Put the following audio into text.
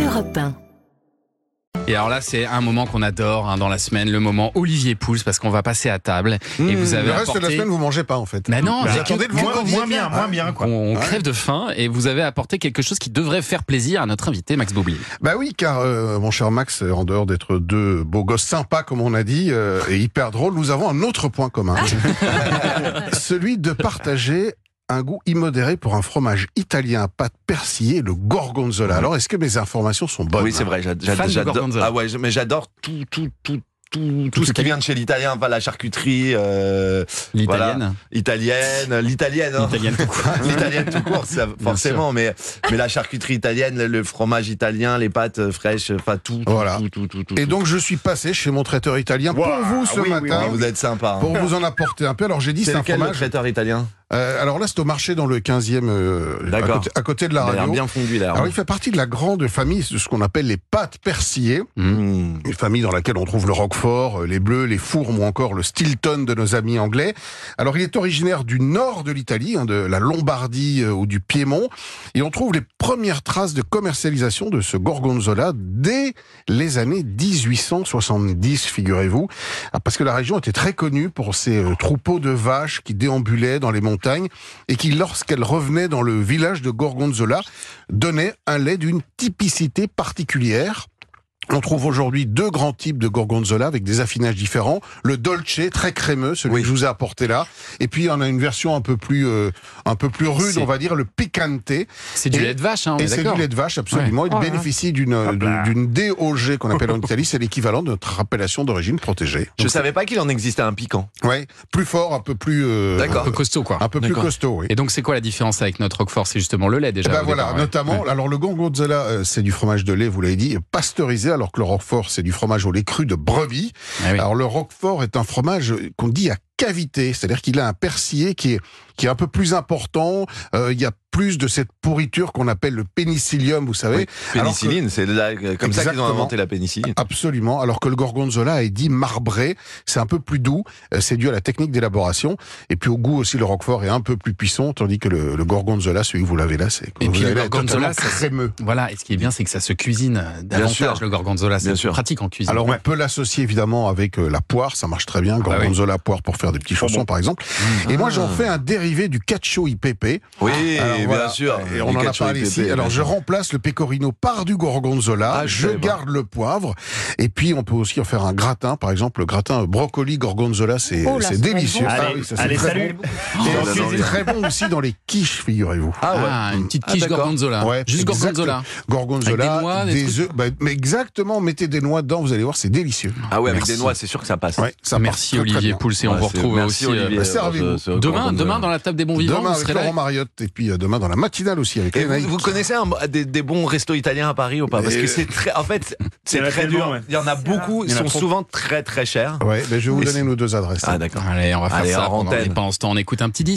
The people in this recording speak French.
Europe 1. Et alors là, c'est un moment qu'on adore hein, dans la semaine, le moment Olivier Pouls, parce qu'on va passer à table. et vous avez Hmm. le reste de la apporté- semaine, vous mangez pas en fait. Mais non, vous mais- attendez le Moins- vendredi. moins bien, moins bien, quoi. On, on Bah, Ouais. crève de faim et vous avez apporté quelque chose qui devrait faire plaisir à notre invité Max Boublil. Bah oui, car euh, mon cher Max, euh, en dehors d'être deux beaux gosses sympas, comme on a dit, euh, et hyper drôles, nous avons un autre point commun. Celui de partager un goût immodéré pour un fromage italien à pâte persillée, le gorgonzola. Alors, est-ce que mes informations sont bonnes Oui, c'est vrai. j'ad- Fan j'ad- de J'adore. gorgonzola. Ah ouais, je- mais j'adore tout, tout, tout, tout, tout ce qui italien. vient de chez l'italien. Enfin, la charcuterie euh, L'italienne. italienne, l'italienne, hein. L'italienne. l'italienne tout court, ça, forcément. Mais mais la charcuterie italienne, le- le fromage italien, les pâtes euh, fraîches, enfin tout, tout, Voilà. tout, tout, tout, tout, Et tout. donc, je suis passé chez mon traiteur italien pour Waouh, vous ce oui, oui, matin. Ah, vous êtes sympa. hein. Pour vous en apporter un peu, alors j'ai dit c'est C'est un lequel le fromage. traiteur italien Euh, alors là c'est au marché dans le 15e, euh, à, D'accord. côté, à côté de la Il a l'air radio. Ah bien fondu là. hein. Alors il fait partie de la grande famille de ce qu'on appelle les pâtes persillées. Mmh. Une famille dans laquelle on trouve le Roquefort, euh, les Bleus, les Fourmes ou encore le Stilton de nos amis anglais. Alors, il est originaire du nord de l'Italie, hein, de la Lombardie euh, ou du Piémont. Et on trouve les premières traces de commercialisation de ce gorgonzola dès les années 1870, figurez-vous. Ah, Parce que la région était très connue pour ses euh, troupeaux de vaches qui déambulaient dans les montagnes et qui, lorsqu'elles revenaient dans le village de Gorgonzola, donnaient un lait d'une typicité particulière. On trouve aujourd'hui deux grands types de gorgonzola avec des affinages différents. Le dolce, très crémeux, celui que je vous ai apporté là. Et puis, on a une version un peu plus, euh, un peu plus rude, C'est- on va dire, le picante. C'est du Et- lait de vache, hein, on Et est c'est du d'accord. lait de vache, absolument. Il bénéficie d'une, bah. d'une DOG qu'on appelle en Italie. C'est l'équivalent de notre appellation d'origine protégée. Je savais pas qu'il en existait un piquant. Ouais. Plus fort, un peu plus, euh, Un D'accord. peu costaud quoi. un peu plus D'accord. costaud, oui. Et donc c'est quoi la différence avec notre Roquefort C'est justement le lait déjà. Eh ben au voilà, départ, ouais. notamment, alors le gorgonzola, euh, c'est du fromage de lait, vous l'avez dit, pasteurisé, alors que le roquefort, c'est du fromage au lait cru de brebis. Ah oui. Alors le roquefort est un fromage qu'on dit à cavité, c'est-à-dire qu'il a un persillé qui est, qui est un peu plus important, euh, il y a plus de cette pourriture qu'on appelle le pénicillium, vous savez. Oui, Alors que- Pénicilline, c'est là- comme ça qu'ils ont Exactement. inventé la pénicilline. Absolument. Alors que le gorgonzola est dit marbré, c'est un peu plus doux, euh, c'est dû à la technique d'élaboration. Et puis au goût aussi, le roquefort est un peu plus puissant, tandis que le, le gorgonzola, celui que vous l'avez là, c'est Et vous puis le l'avez là, est gorgonzola, totalement ça se- crémeux. Voilà, et ce qui est bien, c'est que ça se cuisine sûr. davantage le gorgonzola. Bien C'est sûr. pratique en cuisine. Alors on peut l'associer évidemment avec euh, la poire, ça marche très bien, bah oui. Ah gorgonzola poire pour faire des petits chaussons par exemple. Et moi j'en fais un dérivé du cacio IPP. Oui, Ah, Alors, bien voilà. sûr. Et on en a Pikachu parlé IPP, ici. Alors bien je sûr. remplace le pecorino par du gorgonzola, Ah, je je savais pas. garde le poivre et puis on peut aussi en faire un gratin par exemple, le gratin brocoli gorgonzola, c'est Oh là, c'est ça va être délicieux. bon. Ah Allez, oui, ça, c'est allez très salut. bon. Et Oh, ensuite, j'adore c'est bien. très bon aussi dans les quiches, figurez-vous. Ah ouais. Ah, une petite Ah, quiche d'accord. gorgonzola. Ouais, Juste exact. gorgonzola. Gorgonzola, Avec des noix, des trucs. œufs, bah, mais exactement, mettez des noix dedans, vous allez voir, c'est délicieux. Ah ouais, avec Merci. des noix, c'est sûr que ça passe. Ouais, ça marche Merci très, très Olivier bien. Pouls et on Ouais, vous c'est- retrouve merci aussi euh, Olivier. bah, servez-vous. dans ce- ce demain, Gorgonzola. demain dans la table des bons vivants. Demain vous avec serez là. Laurent Mariotte et puis euh, demain dans la matinale aussi avec Et Lénaïque. Eh ben, vous, vous connaissez un- des, des bons restos italiens à Paris ou pas Parce Euh, que c'est très. En fait, c'est Il y en a très tellement, dur. ouais. Il y en a beaucoup, Il y en a sont trop. souvent très très chers. Ouais, ben je vais vous Et donner c'est- nos deux adresses. Ah d'accord. Allez, on va faire Allez, ça hors pendant, antenne. pendant ce temps. On écoute un petit disque.